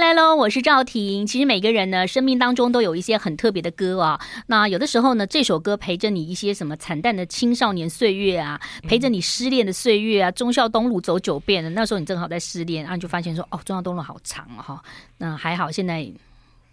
来喽，我是赵婷。其实每个人呢，生命当中都有一些很特别的歌啊。那有的时候呢，这首歌陪着你一些什么惨淡的青少年岁月啊，陪着你失恋的岁月啊。忠孝东路走九遍的，那时候你正好在失恋，然、后你就发现说，哦，忠孝东路好长啊哈、那还好，现在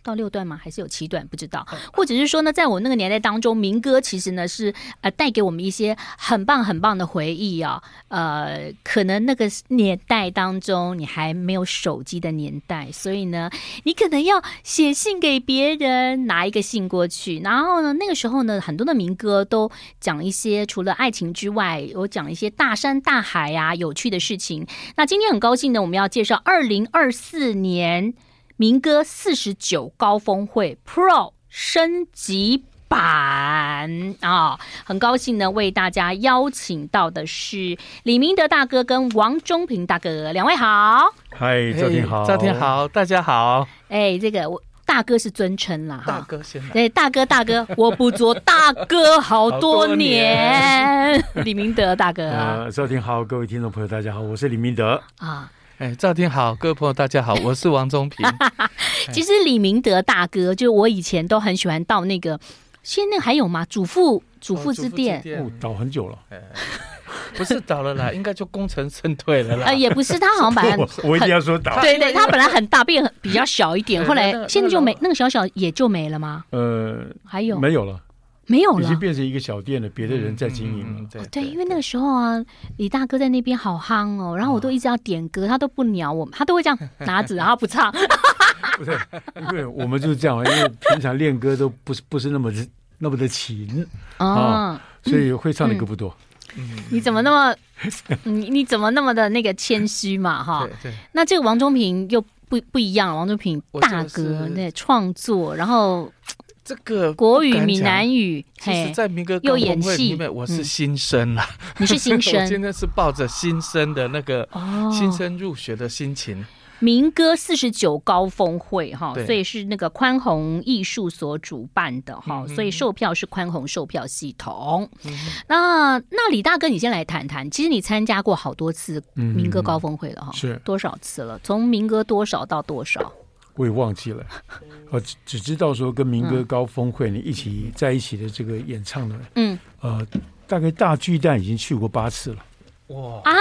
到六段吗？还是有七段？不知道。或者是说呢，在我那个年代当中，民歌其实呢是呃带给我们一些很棒很棒的回忆啊、呃，可能那个年代当中，你还没有手机的年代，所以呢，你可能要写信给别人，拿一个信过去。然后呢，那个时候呢，很多的民歌都讲一些除了爱情之外，有讲一些大山大海呀、有趣的事情。那今天很高兴呢，我们要介绍二零二四年民歌四十九高峰会 Pro 升级。版啊、很高兴呢，为大家邀请到的是李明德大哥跟王中平大哥，两位好。嗨，赵天好，哎赵天，好，大家好，哎，这个我大哥是尊称啦，大哈。哥先来，对，大哥，大哥， 我捕捉大哥好多 年，李明德大哥啊呃，赵天好，各位听众朋友，大家好，我是李明德。啊，哎，赵天好，各位朋友大家好，我是王宗平，哎其实李明德大哥，就我以前都很喜欢到那个，现在还有吗？主妇主妇之店，哦，倒很久了，不是 倒了啦，应该就功成身退了啦呃，，也不是，他好像把我它。 我一定要说倒。 对对，他本来很大，变比较小一点，对后来那那现在就没那那个小小也就没了吗？呃，还有没有了，没有已了经？变成一个小店了，别的人在经营嗯了。，嗯哦对，因为那个时候啊，李大哥在那边好夯哦，然后我都一直要点歌，他都不鸟我，他都会这 样拿着，然后不唱。不对，对，我们就是这样，因 为平常练歌都不是不是那么的那么的勤，啊哦啊，所以会唱的歌不嗯多。你怎么那么，你你怎么那么的那个谦虚嘛哈？对对，那这个王中平又不不一样了，王中平我这大个哥是对创作，然后这个国语、不敢讲闽南语，其实，嘿，在民歌又高峰演会戏里面，我嗯是新生啦，你是新 我现生在是抱着新生的那个哦，新生入学的心情，民歌四十九高峰会哈，对所以是那个宽宏艺术所主办的哈，嗯哼所以售票是宽宏售票系统。嗯那那李大哥，你先来谈谈，其实你参加过好多次嗯民歌高峰会了哈，是多少次了？从民歌多少到多少？我也忘记了，嗯我只只知道说跟民歌高峰会你一起在一起的这个演唱的，嗯，呃，大概大巨蛋已经去过八次了，哇，啊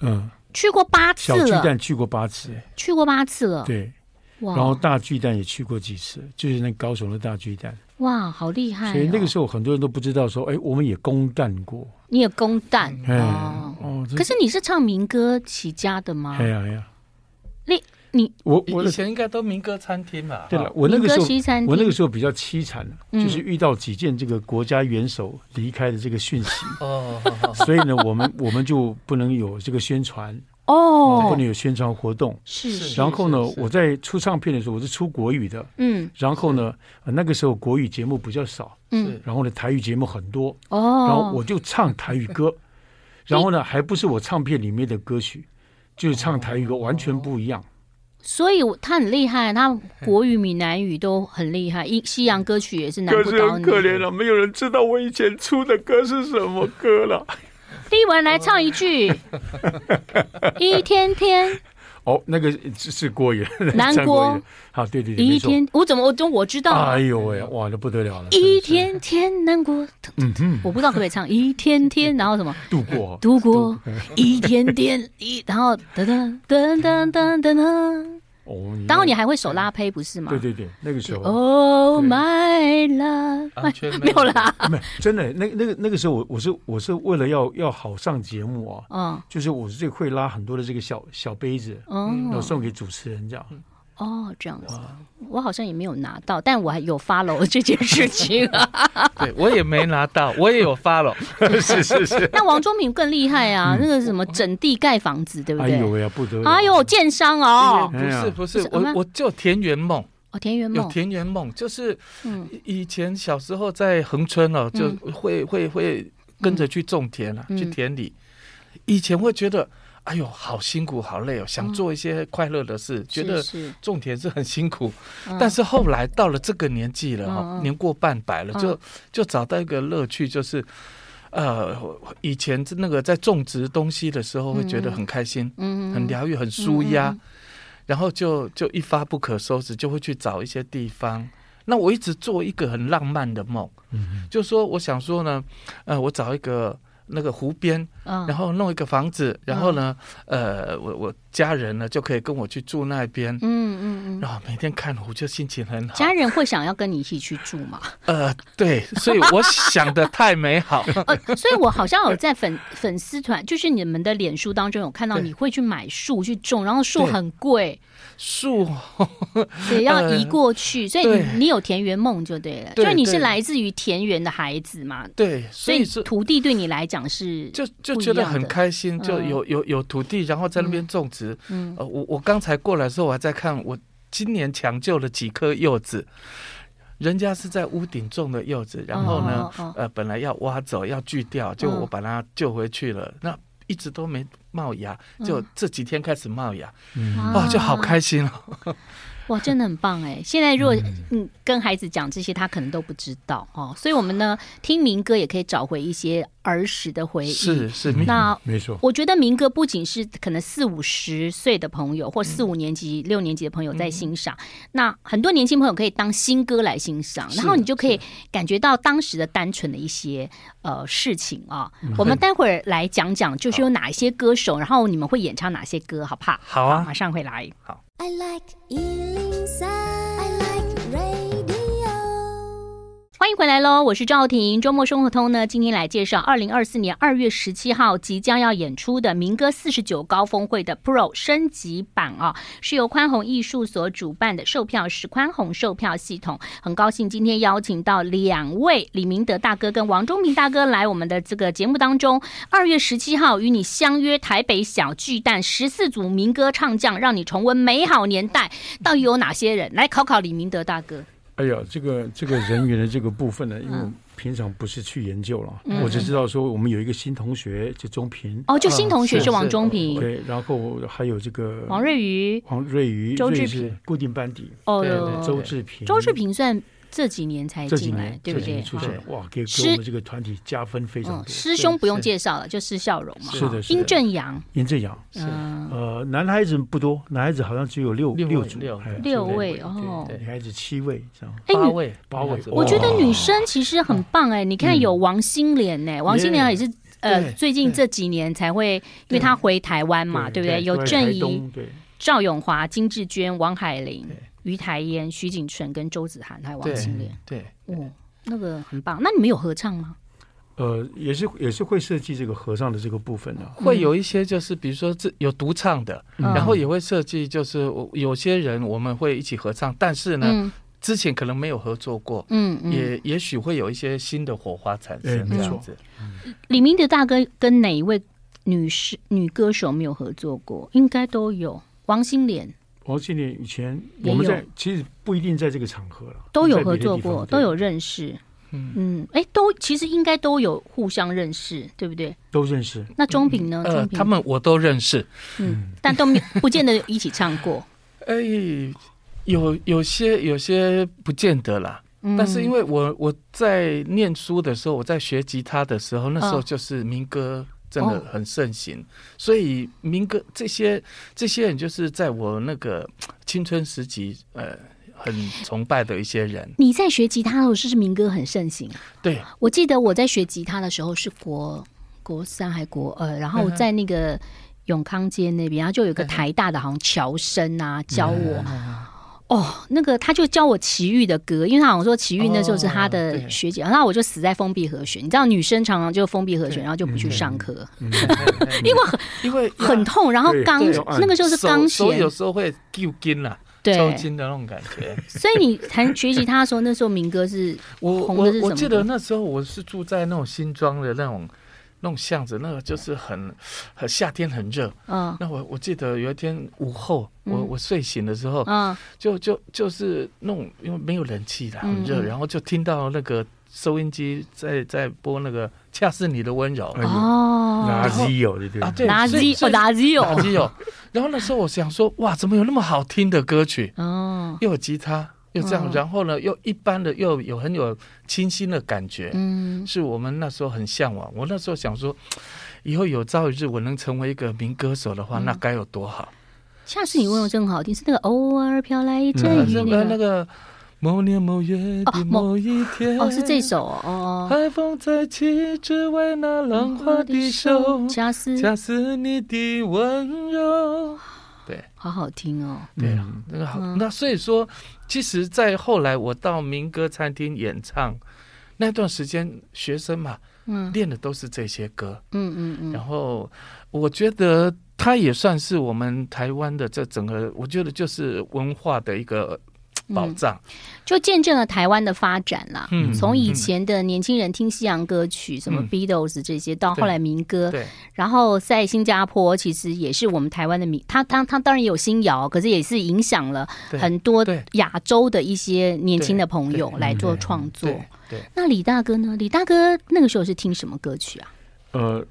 嗯，去过八次小巨了，蛋去过八次，去过八次了，对。哇，然后大巨蛋也去过几次，就是那高雄的大巨蛋，哇，好厉害、哦！所以那个时候很多人都不知道说，哎，我们也攻蛋过，你也公蛋哎哦。哦，这可是你是唱民歌起家的吗？哎呀哎呀，你你哦我我以前应该都民歌餐厅嘛，对哈了，我那个民时歌候西餐厅我那个时候比较凄惨的，嗯就是遇到几件这个国家元首离开的这个讯息，哦，好好 所以呢，我们我们就不能有这个宣传，不哦能，有宣传活动。是是然后呢是，是我在出唱片的时候，我是出国语的。嗯然后呢，呃那个时候国语节目比较少，嗯 是然后呢台语节目很多，哦，然后我就唱台语歌，然后呢还不是我唱片里面的歌曲，就是唱台哦语歌，完全不一样。所以我他很厉害，他国语、闽南语都很厉害，英西洋歌曲也是难不倒你。了，啊没有人知道我以前出的歌是什么歌了。立文来唱一句，一天天 哦，那个是是郭 源，南张郭国源。好，对对对，一没错。天，我怎么我我知道啊哎呦喂，哇，那不得了了！一真的是嗯天天难过，我不知道可不可以唱一天天，然后什么？度过，度过一天天一，然后噔噔噔噔噔噔噔，哦，然后你还会手拉胚不是吗？对对对，那个时候， Oh my love，完全没有啦，没有真的，那那个那个时候，我我是我是为了要要好上节目啊，嗯就是我是会拉很多的这个小小杯子，然后哦送给主持人这样。哦这样子，我好像也没有拿到，但我还有 follow 这件事情、啊对我也没拿到，我也有发了， 是是是， 那王忠平更厉害嗯啊，那个什么整地盖房子，对不哎对？呦喂呀，不得了！哎呦，建商哦，不哎呀是不是不，是我嗯我就田园梦，哦田园有梦，田园梦，就是嗯以前小时候在恒春哦，就嗯会会会跟着去种田啊，嗯去田里。以前会觉得，哎呦，好辛苦，好累哦，想做一些快乐的事，觉得是是，种田是很辛苦。嗯但是后来到了这个年纪了哈嗯，嗯年过半百了，嗯就就找到一个乐趣，就是。呃，以前那个在种植东西的时候，会觉得很开心，嗯很疗愈，很舒压。然后就就一发不可收拾，就会去找一些地方。那我一直做一个很浪漫的梦，嗯就说我想说呢，呃，我找一个那个湖边，嗯，然后弄一个房子，然后呢，呃，我我家人呢就可以跟我去住那边，嗯嗯嗯，然后每天看湖就心情很好。家人会想要跟你一起去住 吗？呃，对，所以我想的太 美好。呃，所以我好像有在粉粉丝团，就是你们的脸书当中有看到对你会去买树去种，然后树对很贵，树，对，要呃移过去，所以对你你有田园梦就对了，对就是你是对来自于田园的孩子嘛，对，所所以以是土地对你来讲是就就不一觉得样很的开心，就嗯有有有土地，然后在那边种植。嗯呃，我我刚才过来的时候，我还在看我今年抢救了几颗柚子，人家是在屋顶种的柚子，然后呢，哦，哦哦呃，本来要挖走要锯掉，就嗯我把它救回去了。那一直都没冒芽，就嗯啊这几天开始冒芽，嗯哇，就好开心哦。哇，真的很棒哎！现在如果嗯跟孩子讲这些，他可能都不知道哦，所以我们呢听民歌也可以找回一些儿时的回忆。是是，你那没错，我觉得民歌不仅是可能四五十岁的朋友或四五年级、六年级的朋友在欣赏，那很多年轻朋友可以当新歌来欣赏，是然后你就可以感觉到当时的单纯的一些呃事情啊、嗯我们待会儿来讲讲，就是有哪一些歌手，然后你们会演唱哪些歌，好不好？好啊马上回来。 I like Ealing Sound. I like radio. 欢迎回来喽，我是赵婷。周末生活通呢，今天来介绍二零二四年二月十七号即将要演出的民歌四十九高峰会的 Pro 升级版啊，是由宽宏艺术所主办的，售票是宽宏售票系统。很高兴今天邀请到两位李明德大哥跟王忠平大哥来我们的这个节目当中。二月十七号与你相约台北小巨蛋，十四组民歌唱将，让你重温美好年代。到底有哪些人？来考考李明德大哥。哎呀，这个这个人员的这个部分呢，因为嗯平常不是去研究了，嗯我只知道说我们有一个新同学，就钟平，哦，就新同学啊是是王是忠平。对，然后还有这个哦王瑞瑜，黄瑞瑜、周瑞志是平固定班底，哦对哟，对周志平，周志平算这几年才这几进来年，对不哦这几对年？出现哈了，哇，给师给我们这个团体加分非常嗯，多。师兄不用是介绍了，就施笑容嘛。是的哈是的殷正阳，严正阳，是嗯，呃，男孩子不多，男孩子好像只有六六位组，六哎位六对位对哦。对女孩子七位这样。哎，八女位八位我觉得哇女生其实很棒哎，你看有王心莲呢，王心莲也是呃对最近这几年才会，因为对她回台湾嘛，对不对？有在郑台怡、东对，赵咏华、金志娟、王海玲对、于台烟、徐景淳跟周子涵，还有王对心莲，对，哦，那个很棒。那你们有合唱吗？呃，也是也是会设计这个和尚的这个部分的、会有一些就是比如说这有独唱的，嗯然后也会设计，就是我有些人我们会一起合唱，但是呢，嗯之前可能没有合作过，嗯嗯。也也许会有一些新的火花产哎生，没这错样子。李明德大哥跟哪一位女士、女歌手没有合作过？应该都有，王心莲王心凌以前嗯也我们有在其实不一定在这个场合了，都有在别合的作地方过，对都有认识。嗯嗯，哎、都其实应该都有互相认识，对不对？都认识。那钟平呢？钟、呃，平他们我都认识，嗯，但 都没有不见得一起唱过。哎，有有些有些不见得啦。嗯，但是因为我我在念书的时候，我在学吉他的时候，那时候就是民歌真的嗯哦很盛行，所以民歌这些这些人就是在我那个青春时期，呃，很崇拜的一些人。你在学吉他的时候，是不是民歌很盛行啊？对，我记得我在学吉他的时候是国国三还国二，然后我嗯哼在那个永康街那边，然后就有一个嗯哼嗯台大的，好像乔生啊教我。哦，那个他就教我齐豫的歌，因为他好像说齐豫那时候是他哦的对学姐，然后我就死在封闭和弦。你知道女生常常就封闭和弦，对然后就不去上课，嗯， 因为很因为很痛，然后对钢对要哦按那个时候是手钢手有弦，时候会揪筋啦，抽对，筋的那种感 觉。所以你弹学吉他的时候，那时候民歌是我红的我是什么我记得那时候我是住在那种新庄的那种那种巷子，那个就是很很夏天很热。嗯那我我记得有一天午后，我、嗯我睡醒的时候，嗯就就就是那种因为没有冷气的，嗯很热，嗯然后就听到那个收音机在在播那个《恰似你的温柔》哎呦哦 垃，圾有的对啊，对，垃所以圾哦，垃圾所以垃哦，圾有。然后那时候我想说，哇，怎么有那么好听的歌曲？哦，又有吉他，又这样，嗯然后呢，又一般的，又有很有清新的感觉，嗯是我们那时候很向往。我那嗯时候想说，以后有朝一日我能成为一个名歌手的话，那该有多好！下次你问我真好听，是那个偶尔飘来一阵嗯雨那那个个那个某年某月的某一天，哦，是这首哦。哦海风在起，只为那浪花的手，恰似恰似你的温哦柔。对好好听哦。对啊，那个好，嗯那所以说，其实，在后来我到民歌餐厅演唱那段时间，学生嘛嗯练的都是这些歌，嗯嗯嗯，然后我觉得它也算是我们台湾的这整个，我觉得就是文化的一个嗯保障。就见证了台湾的发展啦。嗯从以前的年轻人听西洋歌曲，什么嗯 Beatles 这些，到对后来民歌，对，然后在新加坡，其实也是我们台湾的民，他他他当然也有新谣，可是也是影响了对很多对亚洲的一些年轻的朋友对来做对创作。对对，那李大哥呢？李大哥那个时候是听什么歌曲啊？呃，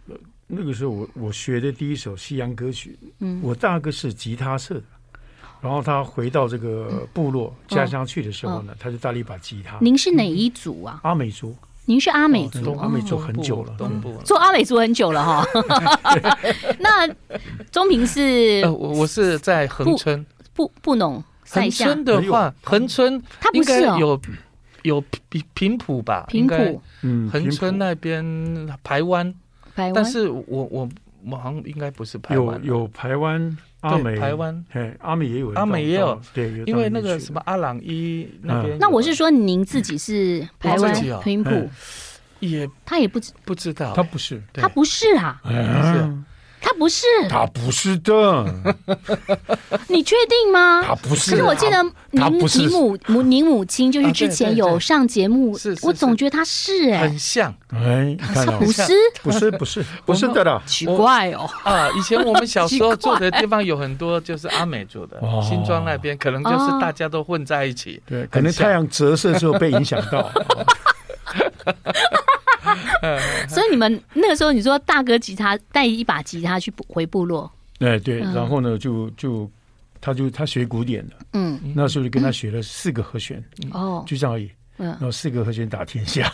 那个时候我我学的第一首西洋歌曲，嗯我大哥是吉他社的，然后他回到这个部落家乡去的时候呢，他就带了一把吉啊他。嗯您是哪嗯一组啊？阿美族，您是阿美族哦，阿美族很久了嗯东部。做阿美族很久了 哈。那钟平是呃，我我是在恒春，布布农塞恒夏，春的话，恒春他不应是该哦，有有平平埔吧？平埔嗯，恒春平那边排湾，台湾但。是我我我好像应该不是埔排有湾，有排湾阿对美，排湾，嘿，阿美也有人到，阿美也有到，对，有因为那个什么，么阿朗伊嗯那边有，那我是说，您自己是台湾我自己哦平埔嗯，也他也不知，不知道他，不是，对他不是啊，嗯他不是，他不是的，你确定吗？他不是。可是我记得他您不是您母母您母亲就是啊之对前对有对上节目是，是我总是觉得他是哎很，像哎，看他到不我是，不是不是不是的啦，奇我怪哦，啊。以前我们小时奇怪候住的地方有很多就是阿美族的哦，新庄那边可能就是哦大家都混在一起，对，可能太阳折射之后被影响到， 所以你们那个时候，你说大哥吉他带一把吉他去部回部落， 哎对，嗯然后呢就就他就他学古典的，嗯，那时候就跟他学了四个和弦，哦，就这样而已，嗯然，后四个和弦打天下，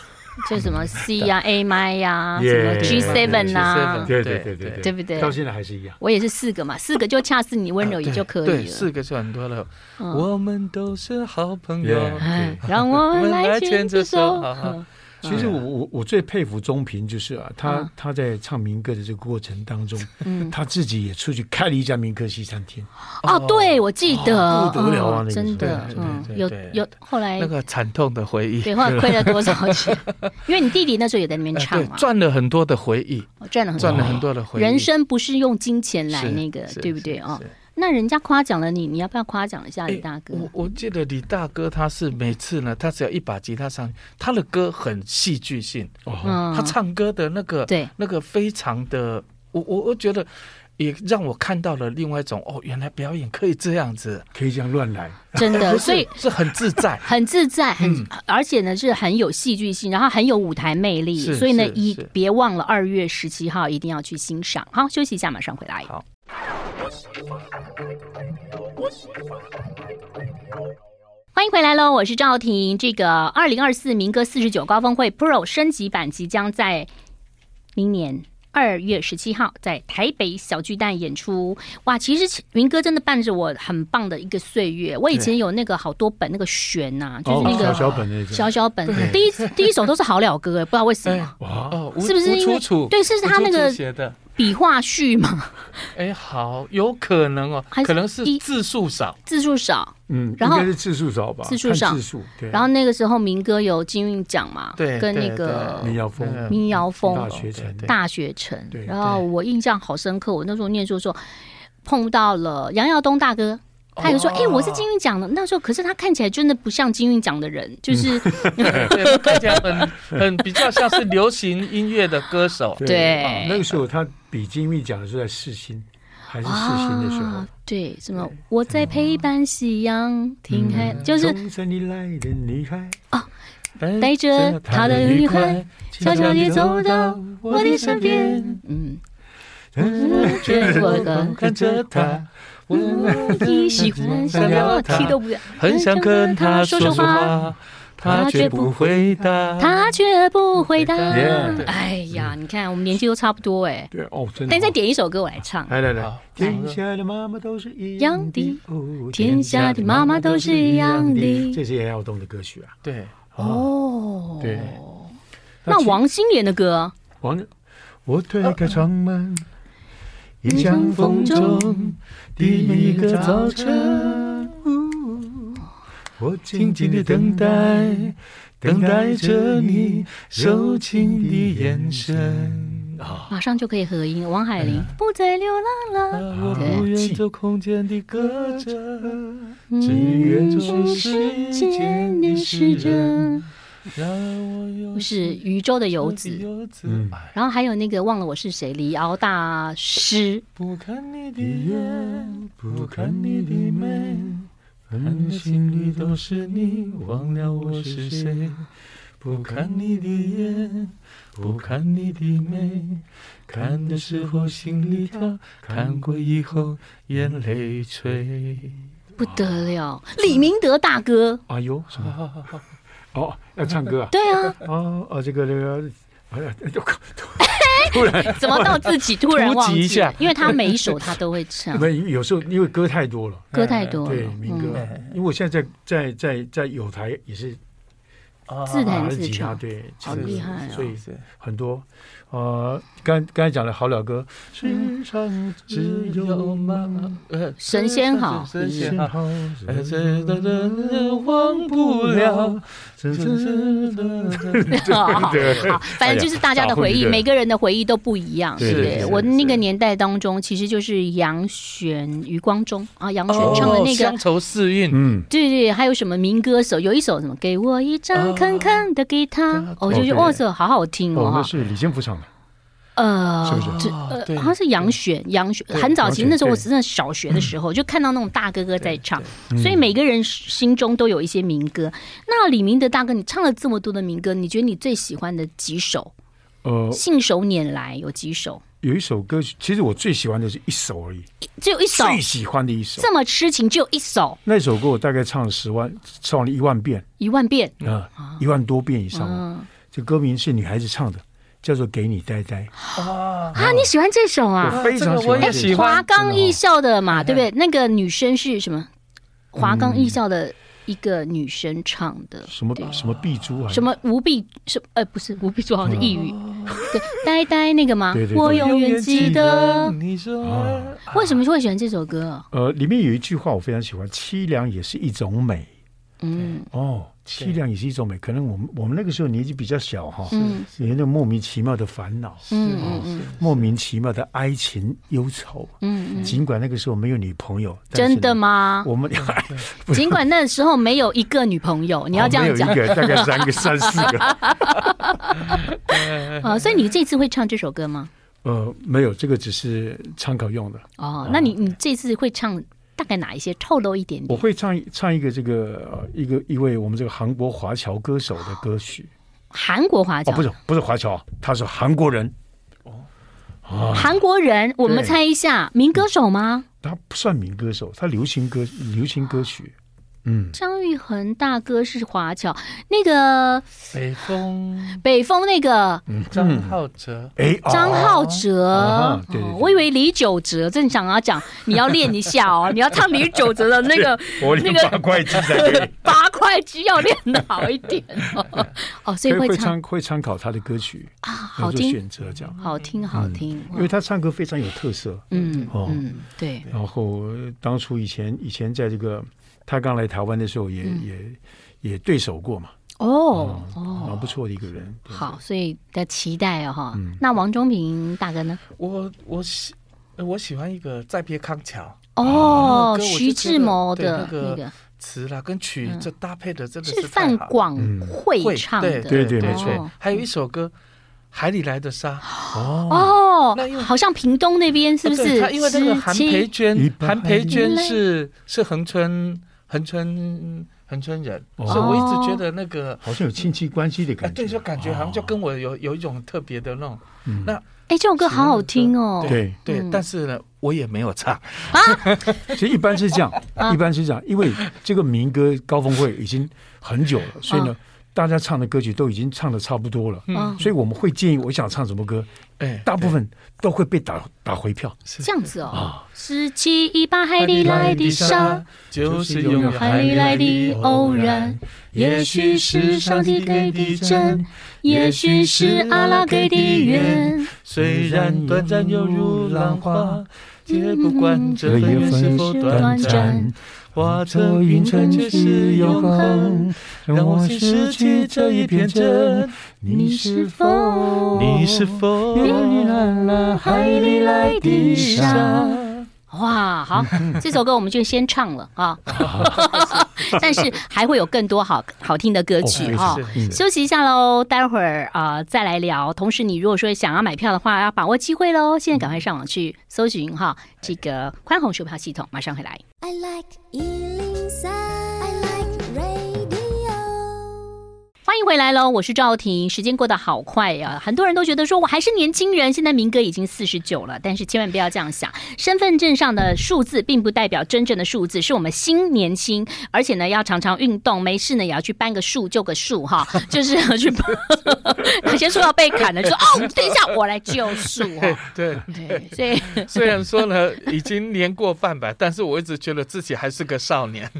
就什么 C 呀、A m i 呀、什么 Yeah G seven 啊嗯 G7，对对不对到现在还是一样，我也是四个嘛，四个就恰似你温柔也就可啊对以对，了。四个就很多了。嗯我们都是好朋友。 Yeah 哎，让我们来牵着手我们来牵着手。好好嗯其实我我我最佩服钟平就是啊，嗯他他在唱民歌的这个过程当中，嗯，他自己也出去开了一家民歌西餐厅，哦，对，我记得，哦不得了嗯啊那个真的，对对嗯，对有对有后来那个惨痛的回忆，对后来亏了多少钱？ 因为你弟弟那时候也在那边呃唱 对嘛，哦赚了很多的回忆，赚了很多赚了很多的回忆。啊嗯人生不是用金钱来是那个，是对不对是啊是？那人家夸奖了你，你要不要夸奖一下哎李大哥？我我记得李大哥他是每次呢，他只要一把吉他上去，他的歌很戏剧性，哦，嗯，他唱歌的那个对，那个非常的，我我我觉得也让我看到了另外一种哦，原来表演可以这样子，可以这样乱来，真的， 不是嗯所以。是很自在 很自在，很、而且呢是很有戏剧性，然后很有舞台魅力，是所以呢是一是别忘了二月十七号一定要去欣赏。好，休息一下，马上回来。好欢迎回来喽，我是赵婷。这个二零二四民歌四十九高峰会 Pro 升级版即将在明年。二月十七号在台北小巨蛋演出，哇！其实云哥真的伴着我很棒的一个岁月。我以前有那个好多本那个旋呐、就是那哦，个小小本那种，小小本，第一第一首都是好了歌，不知道为什么，哇，哦，吴是不是吴因为楚楚对是吴他那楚楚个写的？笔画序嘛，哎，好，有可能哦还，是可能是一字数少，字数少。嗯，然后应该是字数少吧，字数看少字数，对，然后那个时候民歌有金韵奖嘛，对跟那对个民谣风那个民谣风大学城，对哦大学城。对然后我印象好深刻，我那时候念书的时候碰到了杨耀东大哥。他有说：“哦哎、我是金韵奖的。”那时候，可是他看起来真的不像金韵奖的人，就是、哦 对，看起来很很比较像是流行音乐的歌 手。对啊那个时候他比金玉奖的时候在试新，嗯 还是试新的时候啊，，对，什么我在陪伴夕阳，听海，嗯就是哦从这里来的女孩，带着他的愉快，悄悄地走到我的身边。嗯，觉我的看着他，我你喜欢什么？踢都不对。很想跟他说说话，他绝不回答他却不回答 Yeah。哎呀，你看我们年纪都差不多哎，对哦，啊真的。但再点一首歌我来唱。来来来好，天下的妈妈都是一样样的的，哦天下的妈妈都是一样的这是炎耀东的歌曲啊。对，哦，对那王心凌的歌，啊王我推开窗门，嗯一场风中第一个早晨，我静静静静的的等等待待，，等等待待着着你你柔柔情情的的眼眼神神。马上就可以合音。王海玲，不再流浪了，啊我不不愿愿做做空间的歌者，只只愿愿做做世世间间的的诗诗人人。让我有不是宇宙的游子。游子嗯哎然后还有那个忘了我是谁，李敖大师，不看你的一眼眼，不不看看你你的的美美，，满看心心里里都都是是你你，，忘忘了了我我是是谁谁。。不不看看你你的的眼眼，，不不看看你的美，看的时候心里跳，看过以后眼泪垂。不得了，李明德大哥，哎 呦什么？好好好，哦，要唱歌啊？对啊，哦哦，这个这个，哎呀，我靠，怎么到自己突然忘突击一记下了？因为他每一首他都会唱，没有时候因为歌太多了。歌太多对了，，民歌嗯，因为我现在在在在在有台也是自弹拿着吉自他，唱对，好唱歌厉害哦所以很多，呃，刚刚才讲的好了歌，世上只只有有妈妈妈，呃嗯神仙好神是仙啊好。好，呃，这的人忘不了，真是是的的。好 对好，反正就是大家的回忆，哎呀每个人的回忆都不一样。对是对是我是那个年代当中，其实就是杨璇、余光中啊，杨哦璇唱的那个哦乡。愁四韵，嗯，对对，还有什么民歌手？有一首什么“给我一张哦看看的吉他”，哦，就是对哦，这首好好听哦，那哦，是李健福唱的，呃，是不是这哦呃，对好像是杨雪，杨雪对很早期，杨雪那时候我对真的小学的时候就看到那种大哥哥在唱，对嗯所以每个人心中都有一些民歌。那李明德大哥，你唱了这么多的民歌，你觉得你最喜欢的几首？呃，信手拈来有几首？有一首歌曲，其实我最喜欢的是一首而已，只有一首，最喜欢的一首。这么痴情，只有一首，那首歌我大概唱了十万，唱了一万遍一万遍。啊，一万多遍以上哦。嗯这歌名是女孩子唱的，叫做《给你呆呆》，啊，你喜欢这首啊？我非常这个我也喜喜华欢。冈艺校的嘛，对真不的对？那个女生是什么？华冈艺校的一个女生唱的，什么什么碧珠啊，什么无臂什呃不是无臂珠，好像是抑郁，对，呆呆那个吗对对？对我永远记得。你说啊为什么会喜欢这首歌？呃，里面有一句话我非常喜欢：“凄凉也是一种美。嗯”哦，凄凉也是一种美。可能我们我们那个时候年纪比较小哈，嗯有那种莫名其妙的烦恼，嗯嗯嗯莫名其妙的哀情忧愁。嗯嗯，尽管那个时候没有女朋友，但是真呢的？吗？我们 不是尽管那时候没有一个女朋友，你要这样讲我们有一个大概三 个三四个， 啊。所以你这次会唱这首歌吗？呃，没有，这个只是参考用的。哦，那你你这次会唱大概哪一些？透露一点我点。会唱一唱一个这个呃一个一位我们这个韩国华侨歌手的歌曲韩国华侨、哦，不是不是华侨，他是韩国人，韩国人，我们对猜一下，民歌手吗？他不算民歌手，他流行歌流行歌曲，嗯，张玉恒大哥是华侨，那个北风北风那个张浩哲，哎，嗯哦张浩哲，啊哈对对哦对我以为李玖哲，正想要讲你要练一下 哦，你要唱李玖哲的那个我连那个，八块鸡在给你 八块肌要练的好一点 哦，哦，所以会会会唱参会参考他的歌曲，啊，好来做听，选择这样，好听，好听，因为他唱歌非常有特色，嗯哦嗯，对，然后呃当初以前以前在这个他刚来台湾的时候也、也也对手过嘛，嗯嗯哦哦。蛮不错的一个人。对，好，所以的期待哦哈。那王中平大哥嗯呢？我我喜呃我喜欢一个《再别康桥哦那，个歌我就徐觉志得摩对的那个那个》词啦，跟曲这搭配的真的是是嗯范广会会唱对的，对对哦没错还有一首歌《海里来的沙》，哦，哦那因为，好像屏东那边是不啊对是？他因为那个韩十七培娟一，般韩培娟是是恒春横村横村人，哦所以我一直觉得那个，好像有亲戚关系的哎，感觉。哦对，就感觉好像就跟我有有一种特别的那种，嗯那哎，这首歌好好听哦。对，对嗯，但是呢，我也没有唱，其实一般是这 样，啊一般是这样，因为这个民歌高峰会已经很久啊了，所以呢，大家唱的歌曲都已经唱的差不多了，嗯所以我们会建议我想唱什么歌，哎，大部分都会被打打回票。这样子哦。啊，十七一八海里来的沙，就是拥有海里来的偶然，也许是上帝给的真，也许是阿拉给的缘。虽然短暂犹如浪花，也不管这这份一缘是否是短短暂。暂暂，化这成云云层层却却是是永永恒。恒，让让我我先失失去去这这一一片片真真。你是否？你是否啦啦啦，海里来的沙。哇， 好，这首歌我们就先唱了啊， 但是还会有更多好好听的歌曲哦哈。嗯休息一下喽，待会儿啊、呃再来聊。同时，你如果说想要买票的话，要把握机会喽！现在赶快上网去搜寻哈，这个宽宏售票系统，马上回来。 I like Ealing Sound. I like radio. 欢迎回来喽，我是赵婷。时间过得好快呀、很多人都觉得说我还是年轻人，现在民歌已经四十九了，但是千万不要这样想，身份证上的数字并不代表真正的数字，是我们新年轻，而且呢要常常运动，没事呢也要去搬个树救个树哈， 就是要去搬，哪些树要被砍了，就说哦，等一下我来救树 对哈。 对，对，所以虽然说呢已经年过半百，但是我一直觉得自己还是个少年。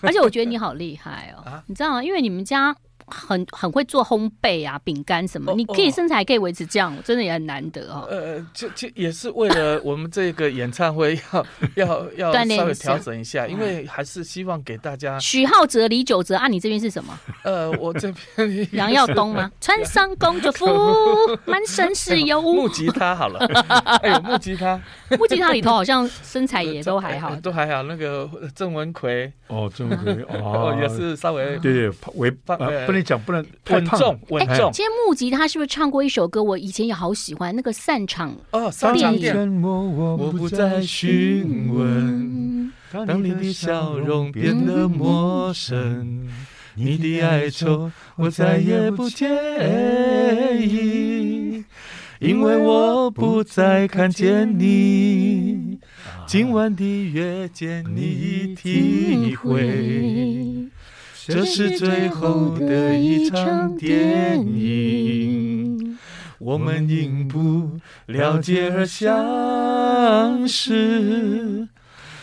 而且我觉得你好厉害哦， 啊你知道吗？因为你们家。很很会做烘焙啊，饼干什么，哦你可以哦身材可以维持这样，真的也很难得哦。呃，就就也是为了我们这个演唱会 要要要锻炼一下嗯稍微调整一下，因为还是希望给大家。许浩哲、李玖哲啊，你这边是什 么？呃，我这 边杨耀东吗？穿上公 主服，满身是 油。 木吉他好了，哎呦，木吉他木吉他里头好像身材哎也都还 好呃。 都还好。那个郑文奎哦，这么个哦嗯哦，也是稍微对对，为胖呃呃不能讲，不能太稳胖重了。稳重哎今天木吉他是不是唱过一首歌？我以前也好喜欢那个散场。哦，商场电店。沉默，我我不再询问，嗯当你的笑容变得陌生，嗯你的哀愁我再也不介意，因为我不再看见你。今晚的月见啊你已嗯体会，这是最后的一场电嗯影，我们因不了解而相识，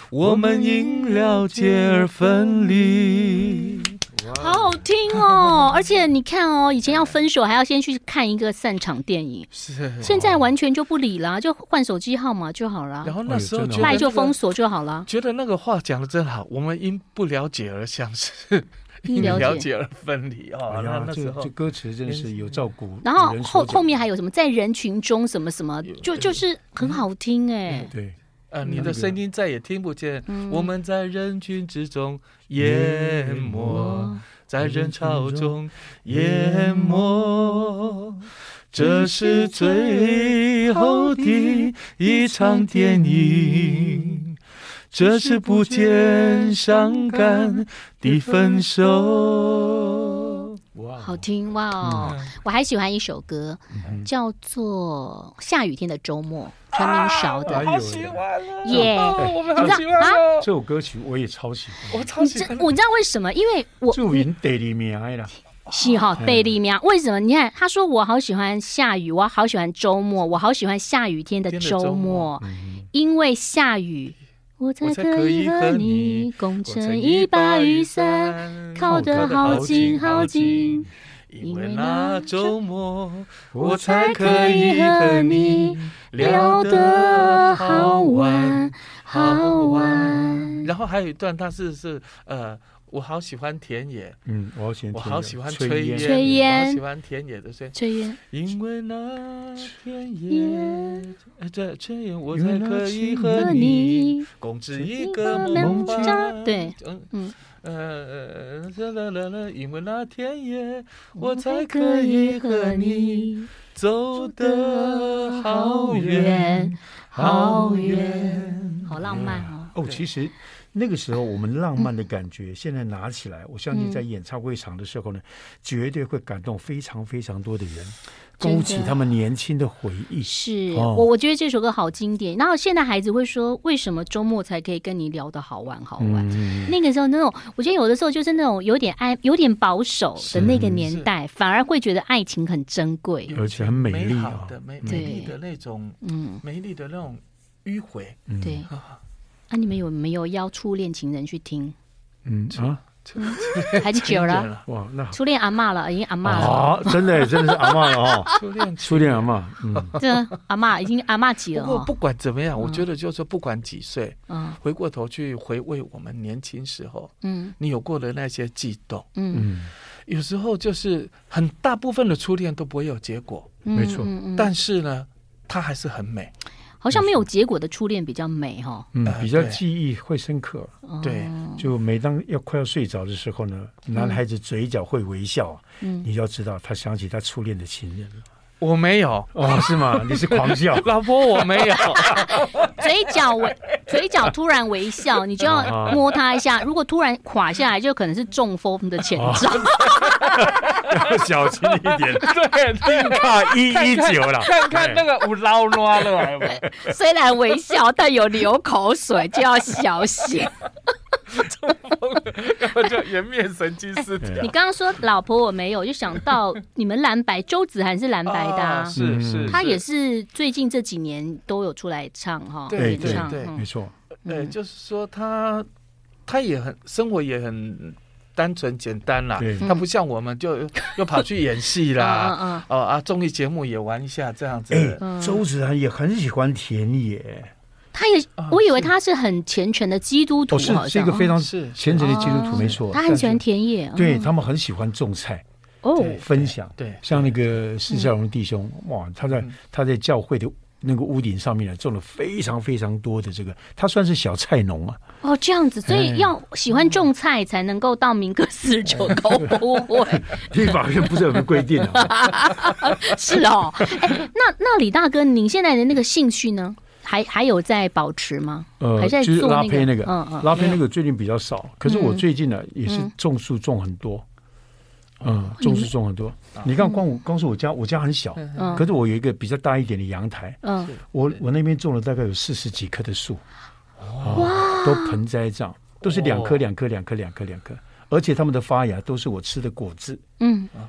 我们因了解而分离。好好听哦！而且你看哦，以前要分手还要先去看一个散场电影，是，现在完全就不理啦，就换手机号码就好啦然，后那时候哎呦真的哦觉得那赖个就封锁就好 啦。觉得那个话讲的真好，我们因不了解而相识，因嗯因了解了解而分离哦。哎那呀，那这时个候这歌词真的是有照顾。然后古人所后讲后面还有什么在人群中什么什么，就就是很好听哎、对，呃，你的声音再也听不见，嗯我们在人群之中淹没，在人潮中淹没，这是最后的一场电影，这是不见伤感的分手。哇好听哇哦！嗯我还喜欢一首歌，叫做《下雨天的周末》，陈明韶啊的。哎呦，这耶哦我们好你知道喜欢哦，首歌曲我也超喜欢，我超这喜欢。啊我知道为什么，因为我祝云得里面爱了。喜好贝利喵。为什么？你看，他说我好喜欢下雨，我好喜欢周末，我好喜欢下雨天的周天的周末末，因为下雨，我才我才可可以以和和你你共我撑一把雨伞。，靠得好近好近，因为那周末我我才可以和你聊得好玩好玩。然后还有一段，它是是呃，我好喜欢田野，嗯，我好喜欢，我好喜欢炊烟，炊烟我好喜欢田野的炊，吹烟，因为那田烟野，呃这炊烟我才可以和和你。你共织一个一个梦梦吧。对，嗯嗯嗯呃啦啦啦啦，因为那天夜，我才可以和你走得好远好远。好浪漫哦。哦，其实那个时候我们浪漫的感觉，现在拿起来，我相信在演唱会场的时候呢，绝对会感动非常非常多的人，真的勾起他们年轻的回忆。是、哦我，我觉得这首歌好经典。然后现在孩子会说，为什么周末才可以跟你聊的好玩好玩？嗯，那个时候那种，我觉得有的时候就是那种有点爱、有点保守的那个年代，反而会觉得爱情很珍贵。而且很美丽啊好的美美丽的那种嗯，美丽的那种迂回嗯对。啊，那、你们有没有邀初恋情人去听？嗯啊，还是久了，了，哇，那初恋阿嬷了，已经阿嬷了，啊，真的真的是阿嬷了哦，初恋期初恋阿嬷， 嗯，这阿嬷已经阿嬷级不了过哦。不管怎么样，我嗯觉得就是说不管几岁，嗯回过头去回味我们年轻时候嗯你有过的那些悸动，嗯嗯，有时候就是很大部分的初恋都不会有结果，嗯，没错嗯嗯但是呢，它还是很美。好像没有结果的初恋比较美哈。嗯，呃比较对记忆会深刻。哦对，就每当要快要睡着的时候呢，男孩子嘴角会微笑，嗯，你要知道他想起他初恋的情人了。我 没有，。哦，是 吗？你是狂笑老婆我没有，嘴角 微，嘴角突然微笑，你就啊要摸它一下。如果突然垮下来，就可能是中风的前兆。啊要小心一点，对，对怕一一九啦。看看那个我捞拉了，哎 我虽然微笑，但有流口水，就要小 心。根本 就颜面神经失调你。刚刚说老婆我没有，就想到你们蓝白，周子涵是蓝白的、啊啊。是嗯是，他也是最近这几年都有出来唱哈，对演唱对对没嗯错，对，嗯哎就是说他他也很生活也很单纯简单啦，对他不像我们就又又跑去演戏啦，嗯 嗯嗯哦啊，综艺节目也玩一下这样子。哎嗯，周子涵也很喜欢田野，他也啊，我以为是他是很虔诚的基督徒，哦，是好是一像个非常是虔诚的基督徒，哦没错。他很喜欢但是，田野，对嗯他们很喜欢种菜哦，对分享。对，像那个释孝荣弟兄，哇，他在嗯他在教会的那个屋顶上面呢，啊种了非常非常多的这个，他算是小菜农啊。哦，这样子，所以哎要喜欢种菜才能够到民歌四十九都不 会，立法院不是有个规定啊？是哦。哎，那那李大哥，您现在的那个兴趣呢，还还有在保持吗？还在呃就是做拉那个，胚那个嗯嗯，拉胚那个最近比较少，可是我最近呢也是嗯哦种树种很多，嗯，种树种很多。你看，光我光是我家，我家很小，嗯可是我有一个比较大一点的阳台，嗯，我我那边种了大概有四十几棵的树，哇，都盆栽这样，都是两颗哦两颗两颗两颗两颗，而且它们的发芽都是我吃的果子嗯，哦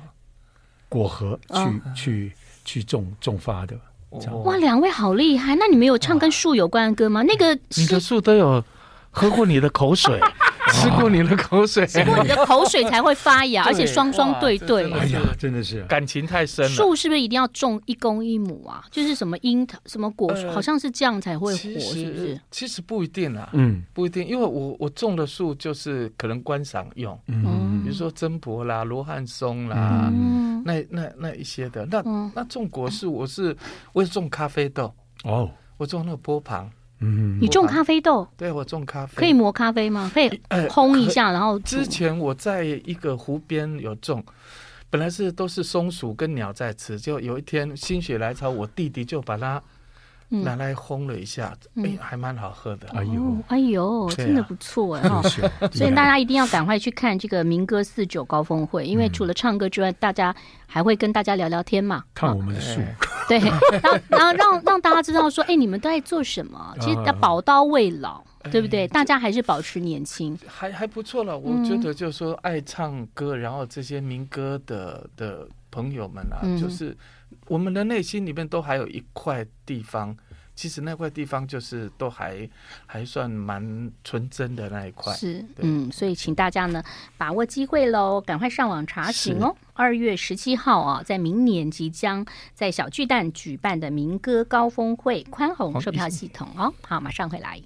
果核哦去去去种种发的。这样哇，两位好厉害！那你们有唱跟树有关的歌吗？那个嗯你是的树都有喝过你的口水， 吃过你的 口水，经过你的口水才会发 芽，而且双双对对哇这真。的哎呀，真的是感情太深了。树是不是一定要种一公一母啊？就是什么樱桃、什么果，呃好像是这样才会活，其是不是实？其实不一定啦，嗯不一定，因为我我种的树就是可能观赏用，嗯嗯比如说真柏啦、罗汉松啦，嗯，那那那一些的。那、嗯那种果树，我是我也种咖啡豆，哦我种那个波旁，嗯你种咖啡豆对我种咖啡可以。磨咖啡吗？可以呃烘一下，然后煮之前我在一个湖边有种，本来是都是松鼠跟鸟在吃，就有一天心血来潮，我弟弟就把它嗯拿来烘了一下，嗯哎，还蛮好喝的。哎呦哦，哎呦，对啊真的不错 哎哈！是啊 所以大家一定要赶快去看这个民歌四九高峰会，因为嗯除了唱歌之外，大家还会跟大家聊聊天 嘛。看我们的树，哎对，让然后让让大家知道说，哎，你们都在做什么？其实啊要宝刀未老，哎对不对？大家还是保持年轻。还还不错了，我觉嗯得就是说爱唱歌，然后这些民歌的的朋友们啊，嗯就是我们的内心里面都还有一块地方，其实那块地方就是都还还算蛮纯真的那一块。是，对嗯，所以请大家呢把握机会喽，赶快上网查询哦。二月十七号啊，在明年即将在小巨蛋举办的民歌高峰会，宽宏售票系统哦。好，马上回来。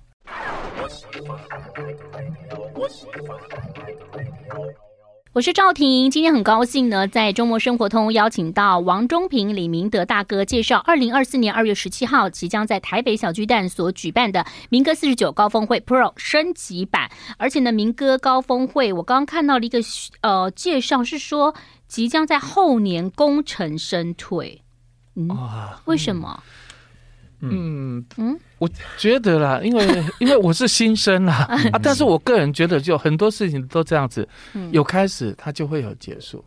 我是赵婷，今天很高兴呢，在周末生活通邀请到王中平、李明德大哥介绍，二零二四年二月十七号即将在台北小巨蛋所举办的民歌四十九高峰会 Pro 升级版，而且呢，民歌高峰会我刚刚看到了一个呃介绍是说即将哦在后年功成身退，嗯，哇，为什么？嗯嗯嗯，我觉得啦，因 为因为我是新生啦啊，但是我个人觉得，就很多事情都这样子，嗯有开始它就会有结束，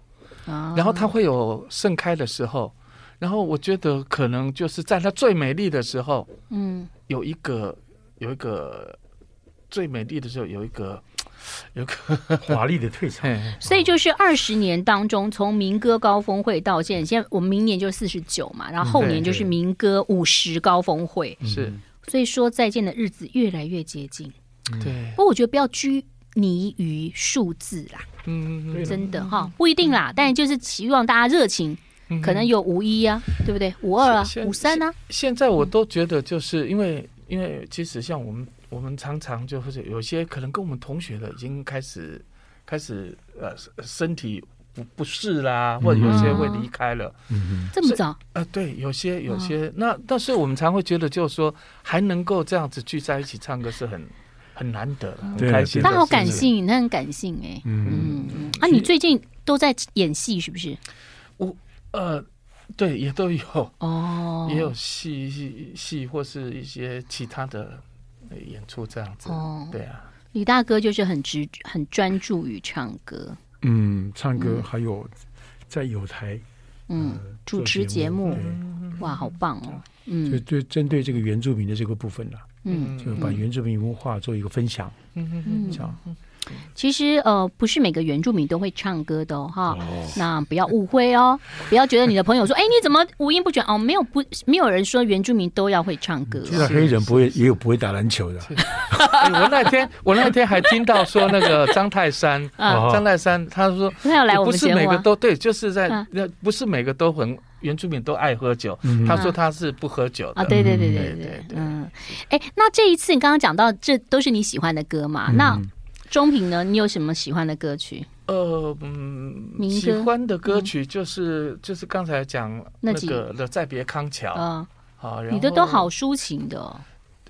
嗯啊然后它会有盛开的时候，然后我觉得可能就是在它最美丽的时候，嗯有一个有一个最美丽的时候有一个有一个 华丽的退场。嘿，所以就是二十年当中，从民歌高峰会到现在，现在我们明年就四十九嘛，然后后年嗯就是民歌五十高峰会， 是所以说再见的日子越来越接近。对不，过我觉得不要拘泥于数字啦，嗯，真的哈，不一定啦，但就是希望大家热情，嗯可能有五一啊，对不对？五二啊现，五三啊，现在我都觉得，就是因为因为其实像我们我们常常就是有些可能跟我们同学的已经开始开始呃身体不不适啦，或者有些会离开了。嗯这么早？呃，对，有些嗯有些、那，但是我们常会觉得，就是说还能够这样子聚在一起唱歌是很很难得的，很对开心他的事情。好感性，他很感性哎、嗯嗯嗯，啊，你最近都在演戏是不是？呃，对，也都有，哦， 也有戏戏戏或是一些其他的呃演出这样子。哦对啊，李大哥就是很执、很专注于唱歌，嗯，唱歌还有在有台嗯，呃主持做节目，对嗯哇，好棒哦，就嗯对针对这个原住民的这个部分呢、嗯。就把原住民文化做一个分享，嗯这，样。其实呃，不是每个原住民都会唱歌的哦，哈，那不要误会哦，不要觉得你的朋友说，哎，你怎么五音不全哦？没有不，没有人说原住民都要会唱歌哦、嗯现在黑人不会也有不会打篮球的，哎我那天我那天还听到说那个张 泰山，啊张泰山他说他要来我不们是节每目、个啊，都对，就是在嗯那不是每个都很原住民都爱喝酒，嗯他说他是不喝酒啊，的，对对对嗯对对对对，对嗯，哎，那这一次你刚刚讲到，这都是你喜欢的歌嘛？啊那中平呢？你有什么喜欢的歌曲？呃嗯，民歌嗯喜欢的歌曲就是就是刚才讲那那几个的《再别康桥》嗯，啊，然你的都后好。抒情的、哦，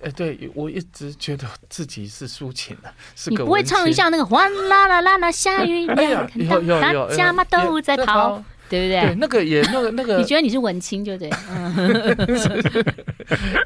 哎，对我一直觉得自己是抒情的，是你个不会文唱一青下那个哗啦啦啦啦下雨哎呀两看有有到有大家嘛都在跑，，对不有对，对？那个也那个那个你觉得你是文青，对不对？嗯，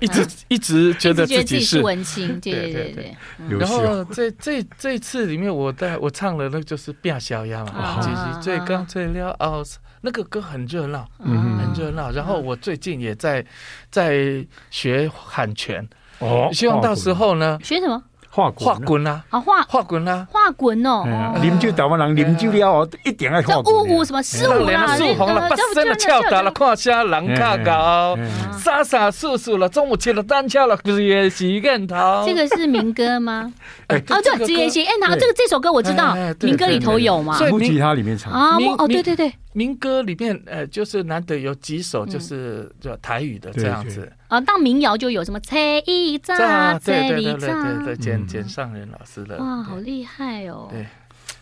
一直一直觉得你觉得自自己己是是文青，对对对对对对，优然秀。后这这这一次里面，我带我唱了那个就是《变小鸭》啊嘛，姐姐最刚最了哦，那个歌很热闹，嗯很嗯热闹。然后我最近也在在学喊拳，哦希望到时候呢，学什么画画滚，滚啊，啊？画画滚啊，画滚哦，哎呀哦啉酒台湾人啉酒了哦，一定爱这画五滚的。五什么四五脸啦，树红了，把身的翘打了，胯下狼卡高嗯哎，哎傻傻素素了，中午骑了单车了，不是也洗个头？这个是民歌吗？哎哦，对，职业歌性。哎，那对这个这首歌我知道哎哎，对民歌里头有嘛对。对木所以吉你他里面唱，啊，民我哦，对民对对，民歌里面，呃，就是难得有几首嗯就是就台语的这样对子，啊，当民谣就有什么猜一这扎，样对猜对一对对对扎对，，简嗯简尚仁老师的，嗯哇，好对厉害哦！对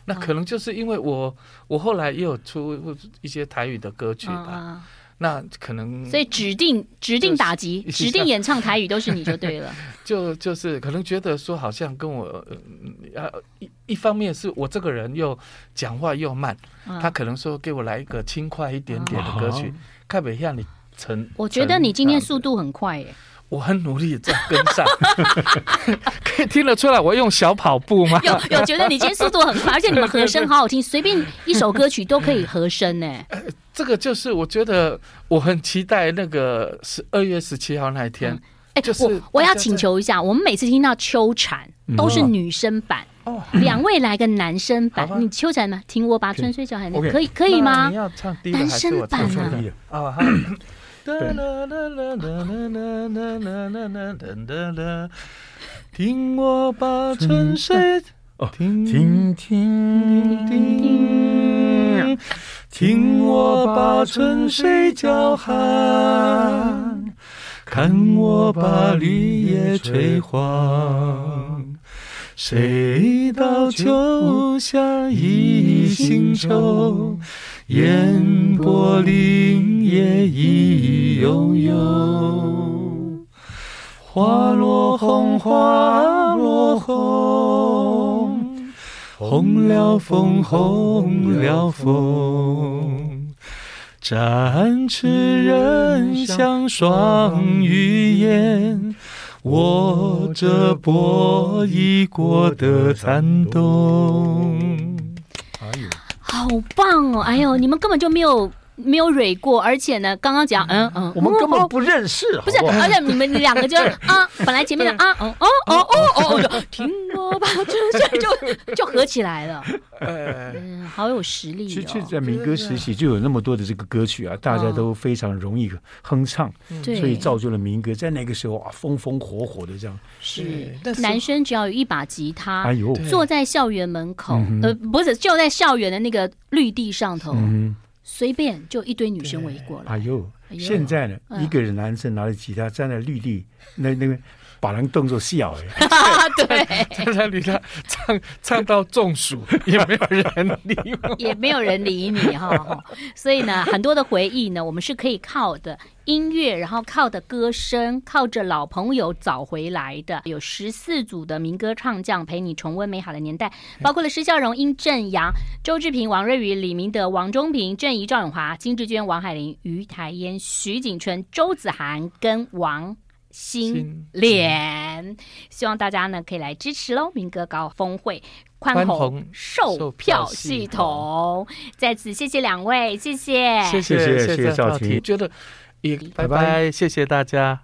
那可能就是因为我我后来也有出一些台语的歌曲啊吧，啊，那可能所以指定指定打击、就是指定演唱台语都是你就对 了。就就是可能觉得说好像跟我呃呃一一方面是我这个人又讲话又慢，嗯啊他可能说给我来一个轻快一点点的歌曲，看北向你成，我觉得你今天成这样子速度很快耶，我很努力在跟上， 可以听得出来我用小跑步吗？有有觉得你今天速度很 快，而且你们和声好好听，随便一首歌曲都可以和声呢。这个就是我觉得我很期待那个十二月十七号那一天、哎 就，是我我要大家请在嗯求一下，我们每次听到秋蝉都是女生版，哦。 两位来个男生版好，啊你秋蝉吗？听我把春睡觉还能 OK 可以可以那吗你？要唱低的还是我唱男我生说版低的，啊，好。听我把春水，听听听听，听我把春水叫喊，看我把绿叶吹黄。谁道秋香一心愁？烟波林野一悠悠，花落红，花落红，红了枫，红了枫。展翅人像双鱼眼，握着波一国的残冬。哎呦，好棒哦！哎呦，嗯你们根本就没有没有蕊过，而且呢，刚刚讲嗯嗯，我们哦根哦本不认识，不是，好啊好而且你们两 个就是啊，本来前面的啊，哦哦哦哦哦哦，听我把这这就 就合起来了，嗯，好有实力其实，哦，在民歌时期就有那么多的这个歌曲啊，大家都非常容易哼唱，对，所以造就了民歌在那个时候啊，风风火火的这样。是但是男生只要有一把吉他，哎呦，坐在校园门口，嗯哼呃，不是就在校园的那个绿地上头，嗯，随便就一堆女生围过来，哎呦，哎呦现在呢，嗯一个人男生拿着吉他站在绿地那那边，把人当作笑哎，对，站在里头唱唱到中暑，也没有人理 我。也没有人理你哈、哈所以呢，很多的回忆呢，我们是可以靠的音乐，然后靠的歌声，靠着老朋友找回来的。有十四组的民歌唱将陪你重温美好的年代，包括了施孝荣、殷正阳、周志平、王瑞宇、李明德、王中平、郑怡、赵永华、金志娟、王海玲、于台烟、徐景春、周子涵跟王。心心莲，希望大家呢可以来支持喽！民歌高峰会宽宽宏宏售售票票系系统。再次谢谢两位，谢谢，谢谢谢谢谢谢赵婷觉得也拜拜拜拜，谢谢大家。